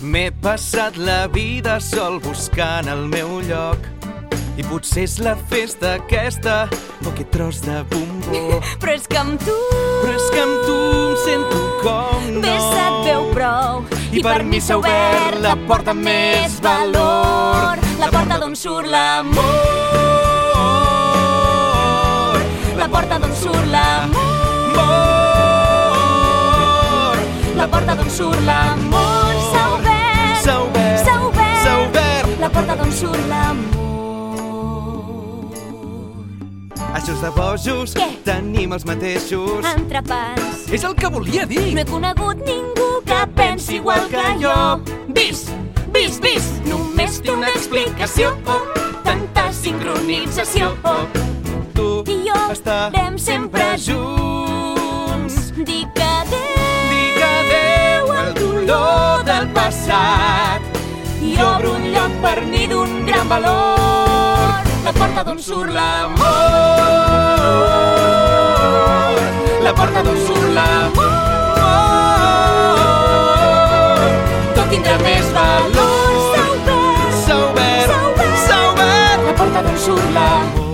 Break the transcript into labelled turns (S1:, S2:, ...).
S1: M'he passat la vida sol buscant el meu lloc. I potser és la festa aquesta, o que tros de bombó.
S2: Però és que amb tu
S1: Però és que amb tu em sento com nou.
S2: bé se't veu prou.
S1: I per mi s'ha obert la porta amb més valor.
S2: La porta d'on surt l'amor,
S1: Amor,
S2: la porta d'on surt l'amor,
S1: amor,
S2: la porta d'on surt l'amor. S'ha obert,
S1: s'ha obert,
S2: s'ha obert,
S1: s'ha obert.
S2: la porta d'on surt l'amor.
S1: Això de bojos,
S2: Què? Ah.
S1: tenim els mateixos.
S2: Entrepans,
S1: És el que volia dir.
S2: no he conegut ningú que pensi igual que jo.
S1: Vis, vis, vis.
S2: Només té una explicació, oh, tanta sincronització, oh.
S1: Tu
S2: I jo
S1: estarem
S2: estarem sempre
S1: junts.
S2: Dic adéu
S1: Dic adeu al dolor del passat
S2: i obro un lloc per mi d'un gran valor. La porta d'on surt l'amor,
S1: l'amor. La porta d'on surt l'amor.
S2: tot tindrà més valor.
S1: S'ha
S2: S'ha obert,
S1: obert,
S2: S'ha obert.
S1: s'ha obert.
S2: la porta d'on surt l'amor.